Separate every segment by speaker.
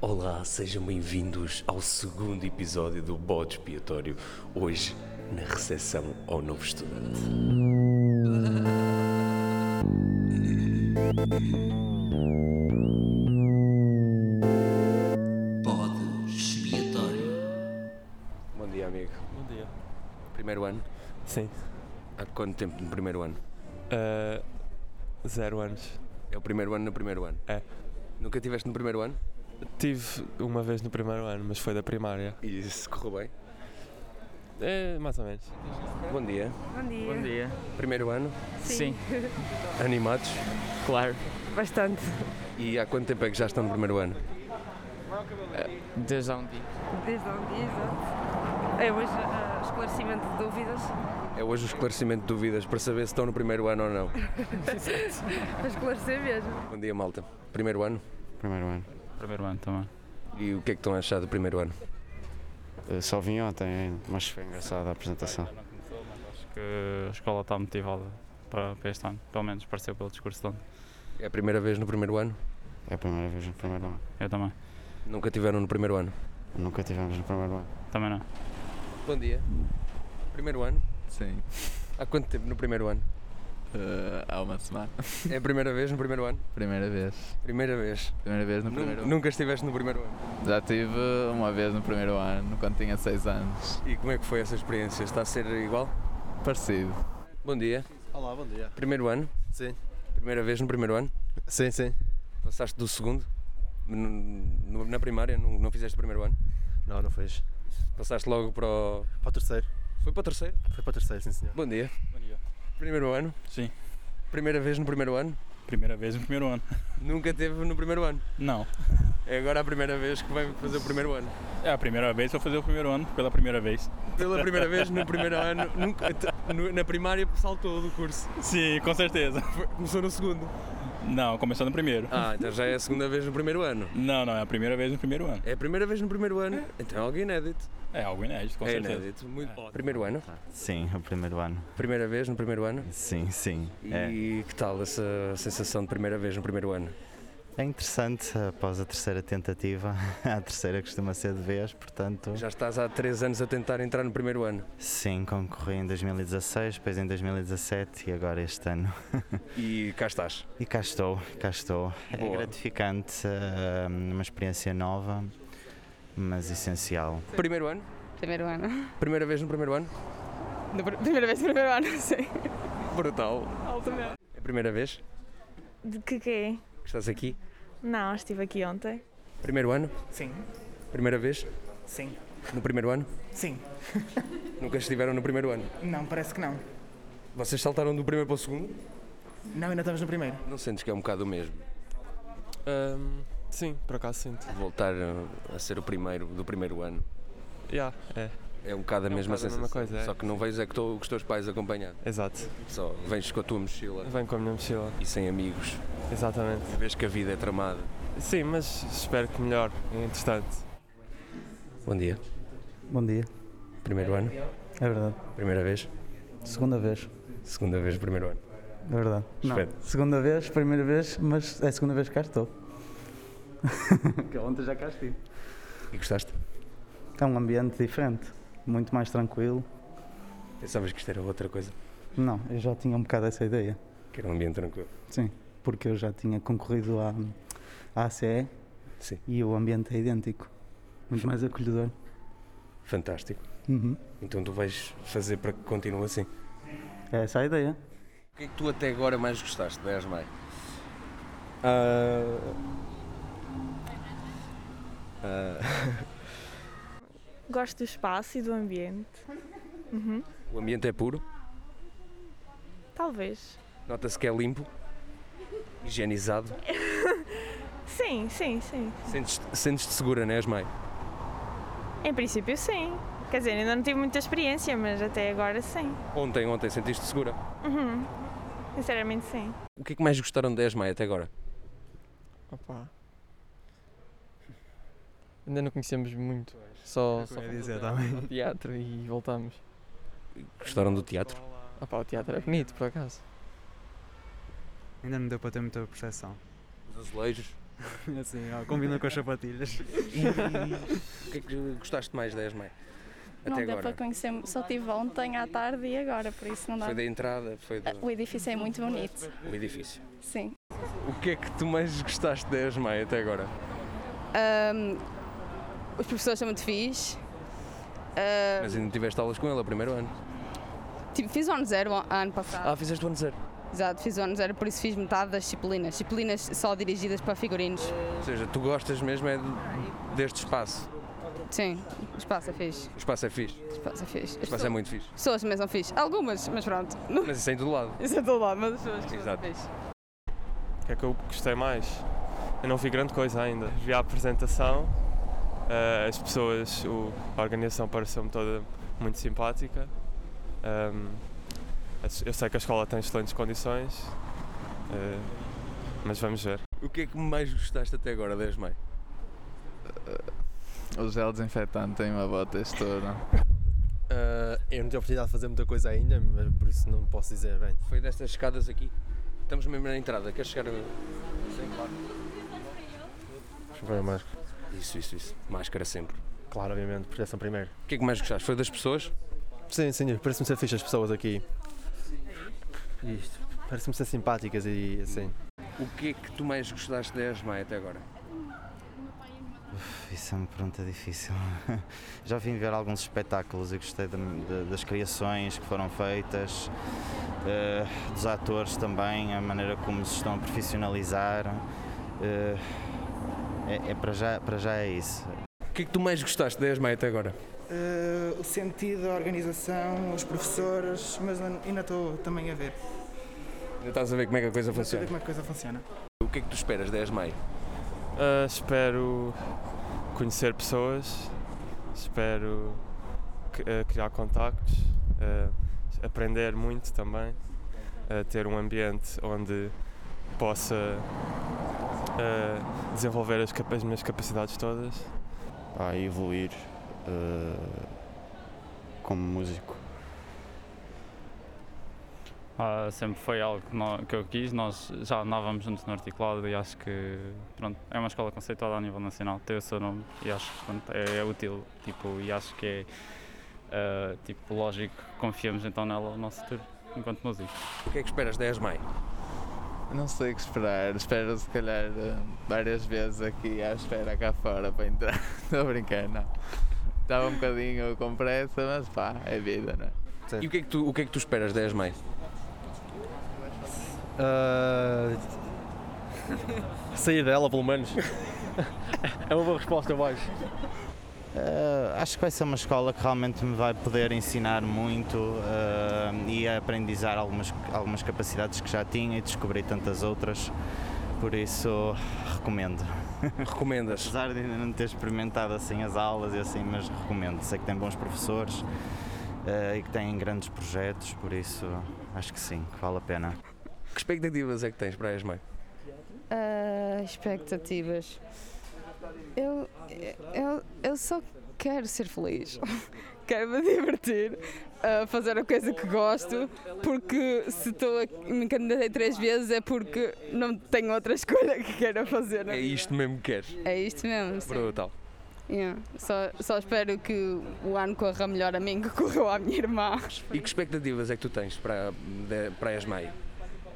Speaker 1: Olá, sejam bem-vindos ao segundo episódio do Bode Expiatório, hoje na recepção ao novo estudante.
Speaker 2: Bode expiatório.
Speaker 1: Bom dia, amigo.
Speaker 3: Bom dia.
Speaker 1: Primeiro ano?
Speaker 3: Sim.
Speaker 1: Há quanto tempo no primeiro ano?
Speaker 3: Ah, zero anos.
Speaker 1: É o primeiro ano no primeiro ano?
Speaker 3: É.
Speaker 1: Nunca tiveste no primeiro ano?
Speaker 3: Tive uma vez no primeiro ano, mas foi da primária.
Speaker 1: E isso correu bem?
Speaker 3: É, mais ou menos.
Speaker 1: Bom dia.
Speaker 4: Bom dia.
Speaker 5: Bom dia.
Speaker 1: Primeiro ano,
Speaker 5: Sim.
Speaker 1: animados.
Speaker 5: Claro.
Speaker 4: Bastante.
Speaker 1: E há quanto tempo é que já estão no primeiro ano?
Speaker 5: Desde há um dia.
Speaker 4: Desde onde? Exato. É hoje ah, esclarecimento de dúvidas.
Speaker 1: É hoje o esclarecimento de dúvidas para saber se estão no primeiro ano ou não.
Speaker 4: A esclarecer mesmo.
Speaker 1: Bom dia, malta. Primeiro ano?
Speaker 6: Primeiro ano.
Speaker 5: Primeiro ano também.
Speaker 1: E o que é que estão a achar do primeiro ano?
Speaker 6: Eh, Só vim ontem ainda, mas foi engraçada a apresentação.
Speaker 5: Acho que a escola está motivada para, para este ano. Pelo menos pareceu pelo discurso de ontem.
Speaker 1: É a primeira vez no primeiro ano?
Speaker 6: É a primeira vez no primeiro ano.
Speaker 5: Eu também.
Speaker 1: Nunca tiveram no primeiro ano?
Speaker 6: Nunca tivemos no primeiro ano.
Speaker 5: Também não.
Speaker 1: Bom dia. Primeiro ano?
Speaker 7: Sim,
Speaker 1: Há quanto tempo no primeiro ano?
Speaker 7: eh, há uma semana.
Speaker 1: É a primeira vez no primeiro ano?
Speaker 7: Primeira vez.
Speaker 1: Primeira vez.
Speaker 7: Primeira vez no
Speaker 1: Nu-
Speaker 7: primeiro ano.
Speaker 1: Nunca estiveste no primeiro ano.
Speaker 7: Já tive uma vez no primeiro ano, quando tinha 6 anos.
Speaker 1: E como é que foi essa experiência? Está a ser igual?
Speaker 7: Parecido.
Speaker 1: Bom dia.
Speaker 8: Olá, bom dia.
Speaker 1: Primeiro ano?
Speaker 8: Sim.
Speaker 1: Primeira vez no primeiro ano?
Speaker 8: Sim, sim.
Speaker 1: Passaste do segundo? No- no- na primária? Não, não fizeste o primeiro ano?
Speaker 8: Não, não fez.
Speaker 1: Passaste logo para o...
Speaker 8: Para o terceiro.
Speaker 1: Foi para o terceiro?
Speaker 8: Foi para o terceiro, sim senhor.
Speaker 1: Bom dia. Primeiro ano?
Speaker 9: Sim.
Speaker 1: Primeira vez no primeiro ano?
Speaker 9: Primeira vez no primeiro ano.
Speaker 1: Nunca teve no primeiro ano.
Speaker 9: Não.
Speaker 1: É agora a primeira vez que vai fazer o primeiro ano.
Speaker 9: É a primeira vez, vou fazer o primeiro ano pela primeira vez.
Speaker 1: Pela primeira vez no primeiro ano, nunca, t- no- na primária saltou do curso.
Speaker 9: Sim, com certeza.
Speaker 1: Foi- Começou no segundo.
Speaker 9: Não, começou no primeiro.
Speaker 1: Ah, então já é a segunda vez no primeiro ano.
Speaker 9: Não, não, é a primeira vez no primeiro ano.
Speaker 1: É a primeira vez no primeiro ano. Então é algo inédito.
Speaker 9: É algo inédito, com
Speaker 1: é
Speaker 9: certeza.
Speaker 3: né?
Speaker 1: inédito. Muito bom. Primeiro ano.
Speaker 10: Sim, o primeiro ano.
Speaker 1: Primeira vez no primeiro ano.
Speaker 10: Sim, sim. É.
Speaker 1: E que tal essa sensação de primeira vez no primeiro ano?
Speaker 10: é interessante, após a terceira tentativa, a terceira costuma ser de vez, portanto.
Speaker 1: Já estás há três anos a tentar entrar no primeiro ano.
Speaker 10: Sim, concorri em 2016, depois em 2017 e agora este ano.
Speaker 1: E cá estás.
Speaker 10: E cá estou, cá estou.
Speaker 1: Boa.
Speaker 10: É gratificante, eh, uma experiência nova, mas essencial.
Speaker 1: Primeiro ano.
Speaker 11: Primeiro ano.
Speaker 1: Primeira vez no primeiro ano.
Speaker 11: primeira vez, primeiro ano, sim.
Speaker 1: Brutal. É a primeira vez
Speaker 11: De que que é?
Speaker 1: que estás aqui.
Speaker 11: Não, estive aqui ontem.
Speaker 1: Primeiro ano.
Speaker 8: Sim.
Speaker 1: Primeira vez
Speaker 8: Sim.
Speaker 1: no primeiro ano.
Speaker 8: Sim.
Speaker 1: Nunca estiveram no primeiro ano.
Speaker 8: Não, parece que não.
Speaker 1: Vocês saltaram do primeiro para o segundo?
Speaker 8: Não, ainda estamos no primeiro.
Speaker 1: Não sentes que é um bocado o mesmo?
Speaker 3: Ahm, sim, por acaso sinto.
Speaker 1: Voltar uh, a ser o primeiro do primeiro ano
Speaker 3: Yeah, é,
Speaker 1: é um bocado a
Speaker 3: É um
Speaker 1: mesma
Speaker 3: bocado a
Speaker 1: sensação.
Speaker 3: mesma coisa, é.
Speaker 1: Só que não vais é que, tô, que os teus pais acompanhar.
Speaker 3: exato.
Speaker 1: Só vens com a tua mochila
Speaker 3: Venho com a minha mochila,
Speaker 1: e sem amigos.
Speaker 3: exatamente.
Speaker 1: Vês que a vida é tramada.
Speaker 3: Sim, mas espero que melhor, entretanto.
Speaker 1: Bom dia.
Speaker 8: Bom dia.
Speaker 1: Primeiro ano.
Speaker 8: É verdade.
Speaker 1: Primeira vez.
Speaker 8: Segunda vez.
Speaker 1: Segunda vez, primeiro ano.
Speaker 8: É verdade.
Speaker 1: Espero.
Speaker 8: Segunda vez, primeira vez, mas é a segunda vez que cá estou. que ontem já cá estive.
Speaker 1: E gostaste?
Speaker 8: É um ambiente diferente. Muito mais tranquilo.
Speaker 1: Pensavas que isto era outra coisa?
Speaker 8: Não, eu já tinha um bocado essa ideia.
Speaker 1: Que era um ambiente tranquilo.
Speaker 8: Sim. Porque eu já tinha concorrido à, à ACE
Speaker 1: Sim.
Speaker 8: e o ambiente é idêntico. Muito mais acolhedor.
Speaker 1: Fantástico.
Speaker 8: Uhum.
Speaker 1: Então tu vais fazer para que continue assim.
Speaker 8: É essa a ideia.
Speaker 1: O que é que tu até agora mais gostaste da ESMAI? Ah, ah,
Speaker 11: Gosto do espaço e do ambiente. Uhum.
Speaker 1: O ambiente é puro,
Speaker 11: Talvez.
Speaker 1: nota-se que é limpo, higienizado.
Speaker 11: Sim, sim, sim.
Speaker 1: Sentes-te sentes segura, não é, Esmai?
Speaker 11: Em princípio, sim. Quer dizer, ainda não tive muita experiência, mas até agora sim.
Speaker 1: Ontem, ontem, sentiste segura.
Speaker 11: Uhum. Sinceramente, sim.
Speaker 1: O que é que mais gostaram da Esmai até agora?
Speaker 3: Opa. Ainda não conhecemos muito. Só, só dizer, também. teatro e voltamos.
Speaker 1: Gostaram do teatro?
Speaker 3: Opa, o teatro é bonito, por acaso.
Speaker 1: Dos azulejos?
Speaker 12: assim, ó, combina com as sapatilhas.
Speaker 1: O que é que gostaste mais da ESMAI?
Speaker 11: não
Speaker 1: Até
Speaker 11: deu
Speaker 1: agora.
Speaker 11: para conhecer, só tive ontem à tarde e agora, por isso não dá.
Speaker 1: Foi da entrada, foi do
Speaker 11: O edifício é muito bonito,
Speaker 1: o edifício.
Speaker 11: sim.
Speaker 1: O que é que tu mais gostaste da ESMAI até agora?
Speaker 13: Ahm, os professores são muito fixe. Ahm,
Speaker 1: Mas ainda tiveste aulas com ele, primeiro ano.
Speaker 13: tipo, fiz o ano zero a- ano passado.
Speaker 1: Ah, fizeste o ano zero.
Speaker 13: Exato, fiz o ano zero, por isso fiz metade das disciplinas. Disciplinas só dirigidas para figurinos.
Speaker 1: Ou seja, tu gostas mesmo é de- deste espaço.
Speaker 13: Sim, o espaço é fixe.
Speaker 1: O espaço é fixe. O
Speaker 13: espaço é fixe.
Speaker 1: O espaço é muito fixe.
Speaker 13: As pessoas também são fixe. Algumas, mas pronto.
Speaker 1: Mas isso é em todo lado.
Speaker 13: Isso é todo lado, mas as pessoas são
Speaker 3: Exato.
Speaker 13: fixe.
Speaker 3: O que é que eu gostei mais? Eu não vi grande coisa ainda. Vi a apresentação, eh, as pessoas, o- a organização pareceu-me toda muito simpática. Ahm, as- eu sei que a escola tem excelentes condições, eh, mas vamos ver.
Speaker 1: O que é que mais gostaste até agora da ESMAI?
Speaker 7: O gel desinfetante tem uma bota este touro.
Speaker 14: Ah, eu não tive a oportunidade de fazer muita coisa ainda, mas por isso não posso dizer bem.
Speaker 1: Foi destas escadas aqui. Estamos mesmo na entrada. Queres chegar a... Sim, claro.
Speaker 14: Deixa eu ver a máscara.
Speaker 1: Isso, isso, isso. Máscara sempre.
Speaker 14: Claro, obviamente, proteção primeiro.
Speaker 1: O que é que mais gostaste? Foi das pessoas?
Speaker 14: Sim, sim, parece-me ser fixe as pessoas aqui. Isto. Parece-me ser simpáticas e assim.
Speaker 1: O que é que tu mais gostaste da ESMAI até agora?
Speaker 10: Uf, Isso é uma pergunta difícil. Já vim ver alguns espetáculos e gostei da- da- das criações que foram feitas, eh, dos atores também, a maneira como se estão a profissionalizar. Eh, é, é para, já, para já é isso.
Speaker 1: O que é que tu mais gostaste da ESMAI até agora?
Speaker 15: Eh, o sentido, a organização, os professores, mas an- ainda estou também a ver.
Speaker 1: Já estás a ver como é que a coisa
Speaker 15: Ainda estou a
Speaker 1: funciona.
Speaker 15: ver como é que a coisa funciona.
Speaker 1: O que é que tu esperas da ESMAI?
Speaker 3: Ah, espero conhecer pessoas, espero c- ah, criar contactos, ah, aprender muito também, ah, ter um ambiente onde possa ah, desenvolver as, capa- as minhas capacidades todas.
Speaker 6: a evoluir eh, como músico.
Speaker 8: Ah, sempre foi algo que, nó- que eu quis, nós já andávamos juntos no articulado e acho que pronto, é uma escola conceituada a nível nacional, tem o seu nome e acho que pronto, é, é útil tipo, e acho que é ah, tipo, lógico que confiamos então nela o nosso futuro enquanto músicos.
Speaker 1: O que é que esperas da ESMAI?
Speaker 7: Não sei o que esperar. Espero se calhar eh, várias vezes aqui à espera cá fora para entrar. Estou a brincar, não. Estava um bocadinho com pressa, mas pá, é vida, não é?
Speaker 1: E o que é que tu, o que é que tu esperas da ESMAI?
Speaker 14: Ah, sair dela, pelo menos. é uma boa resposta, mais.
Speaker 10: Eh, acho que vai ser uma escola que realmente me vai poder ensinar muito eh, e aprendizar algumas, algumas capacidades que já tinha e descobrir tantas outras. Por isso, recomendo.
Speaker 1: Recomendas?
Speaker 10: Apesar de ainda não ter experimentado assim as aulas e assim, mas recomendo. Sei que tem bons professores eh, e que têm grandes projetos, por isso acho que sim, que vale a pena.
Speaker 1: Que expectativas é que tens para a ESMAI?
Speaker 13: Ah, expectativas. Eu, eu, eu só quero ser feliz. quero me divertir, ah, fazer a coisa que gosto, porque se estou a me candidatei três vezes é porque não tenho outra escolha que queira fazer. na
Speaker 1: É
Speaker 13: vida.
Speaker 1: isto mesmo que queres?
Speaker 13: É isto mesmo. sim.
Speaker 1: Brutal.
Speaker 13: Yeah. Só, só espero que o ano corra melhor a mim que correu à minha irmã.
Speaker 1: E que expectativas é que tu tens para, de- para a ESMAI?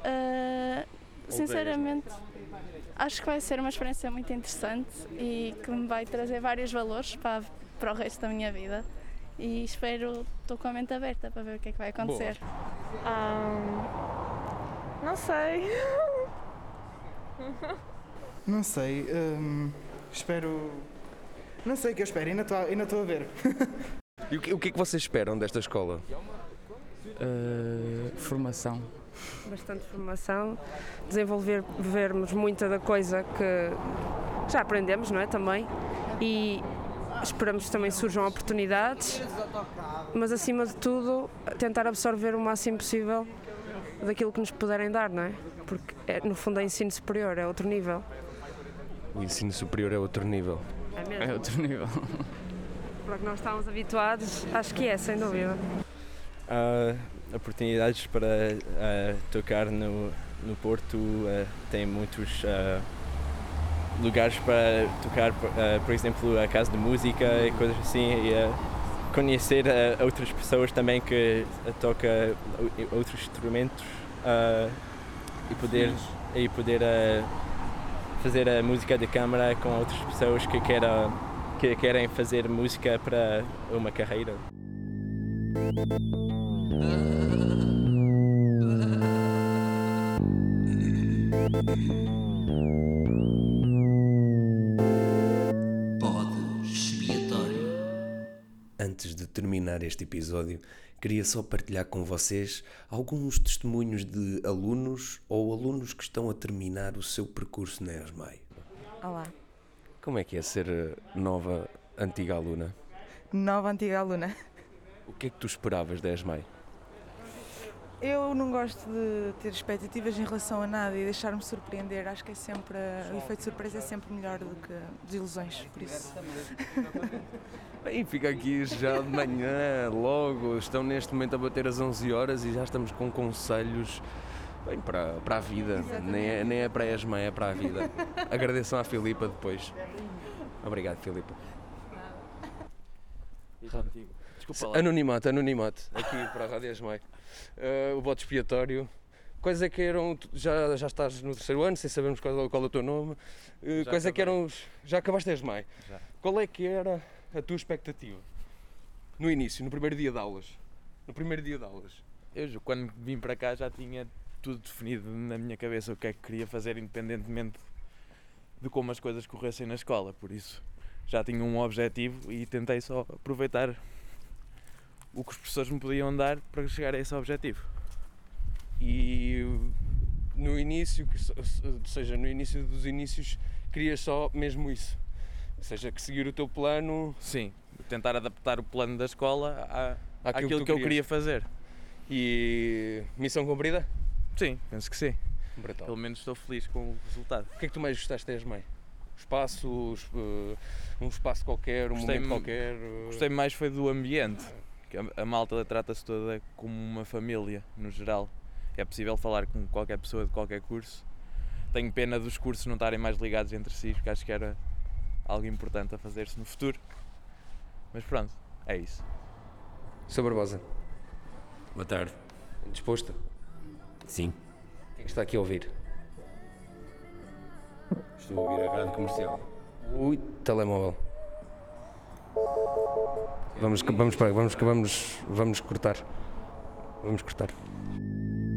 Speaker 11: Ah, sinceramente, acho que vai ser uma experiência muito interessante e que me vai trazer vários valores para, a- para o resto da minha vida. E espero, estou com a mente aberta para ver o que é que vai acontecer.
Speaker 16: Ah, Não sei.
Speaker 15: Não sei, hum, espero. Não sei o que eu espero, ainda estou a- ainda estou a ver.
Speaker 1: E o que, o que é que vocês esperam desta escola?
Speaker 17: formação.
Speaker 4: Bastante formação, desenvolver vermos muita da coisa que já aprendemos, não é? Também. E esperamos que também surjam oportunidades, mas acima de tudo, tentar absorver o máximo possível daquilo que nos puderem dar, não é? Porque é, no fundo é ensino superior, é outro nível.
Speaker 1: O ensino superior é outro nível.
Speaker 4: É mesmo?
Speaker 1: É outro nível.
Speaker 4: Para o que nós estávamos habituados, acho que é, sem dúvida.
Speaker 18: Há oportunidades para ah, tocar no, no Porto, ah, tem muitos ah,
Speaker 14: lugares para tocar, eh, por exemplo, a casa de música e coisas assim. E eh, conhecer eh, outras pessoas também que tocam outros instrumentos eh, e poder, e poder eh, fazer a música de câmara com outras pessoas que, queira, que querem fazer música para uma carreira.
Speaker 19: Bode expiatório.
Speaker 1: Antes de terminar este episódio, queria só partilhar com vocês alguns testemunhos de alunos ou alunos que estão a terminar o seu percurso na ESMAI.
Speaker 15: Olá,
Speaker 1: Como é que é ser eh, nova, antiga aluna?
Speaker 15: nova antiga aluna.
Speaker 1: O que é que tu esperavas da ESMAI?
Speaker 15: Eu não gosto de ter expectativas em relação a nada e deixar-me surpreender. Acho que é sempre. O efeito de surpresa é sempre melhor do que desilusões, por isso.
Speaker 14: Bem, fica aqui já de manhã, logo. Estão neste momento a bater as 11 horas e já estamos com conselhos bem, para, para a vida. Nem é, nem é para a ESMA, é para a vida. Agradeçam à Filipa depois. Obrigado, Filipa.
Speaker 1: Desculpa lá. Anonimato, anonimato, aqui para a Rádio Esmai.
Speaker 14: Eh,
Speaker 1: o bote expiatório. Quais é que eram. tu- Já, já estás no terceiro ano, sem sabermos qual, qual é o teu nome. Uh,
Speaker 14: Eh,
Speaker 7: Já
Speaker 1: quais é que eram os. Já acabaste a Esmai.
Speaker 7: Já.
Speaker 1: Qual é que era a tua expectativa? No início, no primeiro dia de aulas. No primeiro dia de aulas.
Speaker 7: Eu, ju- quando vim para cá, já tinha tudo definido na minha cabeça o que é que queria fazer, independentemente de como as coisas corressem na escola. Por isso, já tinha um objetivo e tentei só aproveitar o que os professores me podiam dar para chegar a esse objetivo.
Speaker 1: E no início, que so- so- ou seja, no início dos inícios, querias só mesmo isso. Ou seja, que seguir o teu plano.
Speaker 7: Sim, tentar adaptar o plano da escola à, àquilo, que, eu queria fazer.
Speaker 1: E missão cumprida?
Speaker 7: Sim, penso que sim.
Speaker 1: Brutal.
Speaker 7: Pelo menos estou feliz com o resultado.
Speaker 1: O que é que tu mais gostaste da ESMAI? Espaço, es- eh, um espaço qualquer, um
Speaker 7: Gostei
Speaker 1: momento
Speaker 7: mu-
Speaker 1: qualquer. eh,
Speaker 7: Gostei mais foi do ambiente. que a- A malta trata-se toda como uma família, no geral. É possível falar com qualquer pessoa de qualquer curso. Tenho pena dos cursos não estarem mais ligados entre si, porque acho que era algo importante a fazer-se no futuro. Mas pronto, é isso.
Speaker 1: Sr. Barbosa,
Speaker 20: Boa tarde.
Speaker 1: disposto?
Speaker 20: Sim,
Speaker 1: O que é que está aqui a ouvir?
Speaker 20: estou a ouvir a rádio comercial.
Speaker 1: Ui, telemóvel. Vamos, vamos, para- vamos, vamos, vamos cortar. Vamos cortar.